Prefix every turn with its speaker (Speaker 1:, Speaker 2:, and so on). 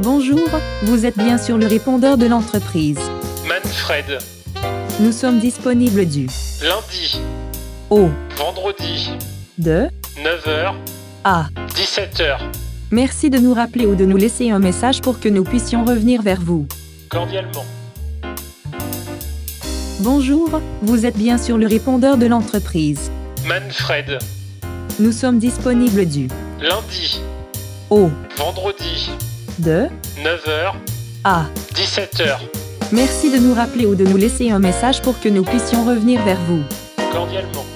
Speaker 1: Bonjour, vous êtes bien sur le répondeur de l'entreprise.
Speaker 2: Manfred,
Speaker 1: Nous sommes disponibles du
Speaker 2: lundi,
Speaker 1: au
Speaker 2: vendredi,
Speaker 1: de
Speaker 2: 9h,
Speaker 1: à.
Speaker 2: 17h.
Speaker 1: Merci de nous rappeler ou de nous laisser un message pour que nous puissions revenir vers vous.
Speaker 2: Cordialement.
Speaker 1: Bonjour, vous êtes bien sur le répondeur de l'entreprise.
Speaker 2: Manfred,
Speaker 1: Nous sommes disponibles du
Speaker 2: lundi,
Speaker 1: au
Speaker 2: vendredi,
Speaker 1: de
Speaker 2: 9h,
Speaker 1: à.
Speaker 2: 17h.
Speaker 1: Merci de nous rappeler ou de nous laisser un message pour que nous puissions revenir vers vous.
Speaker 2: Cordialement.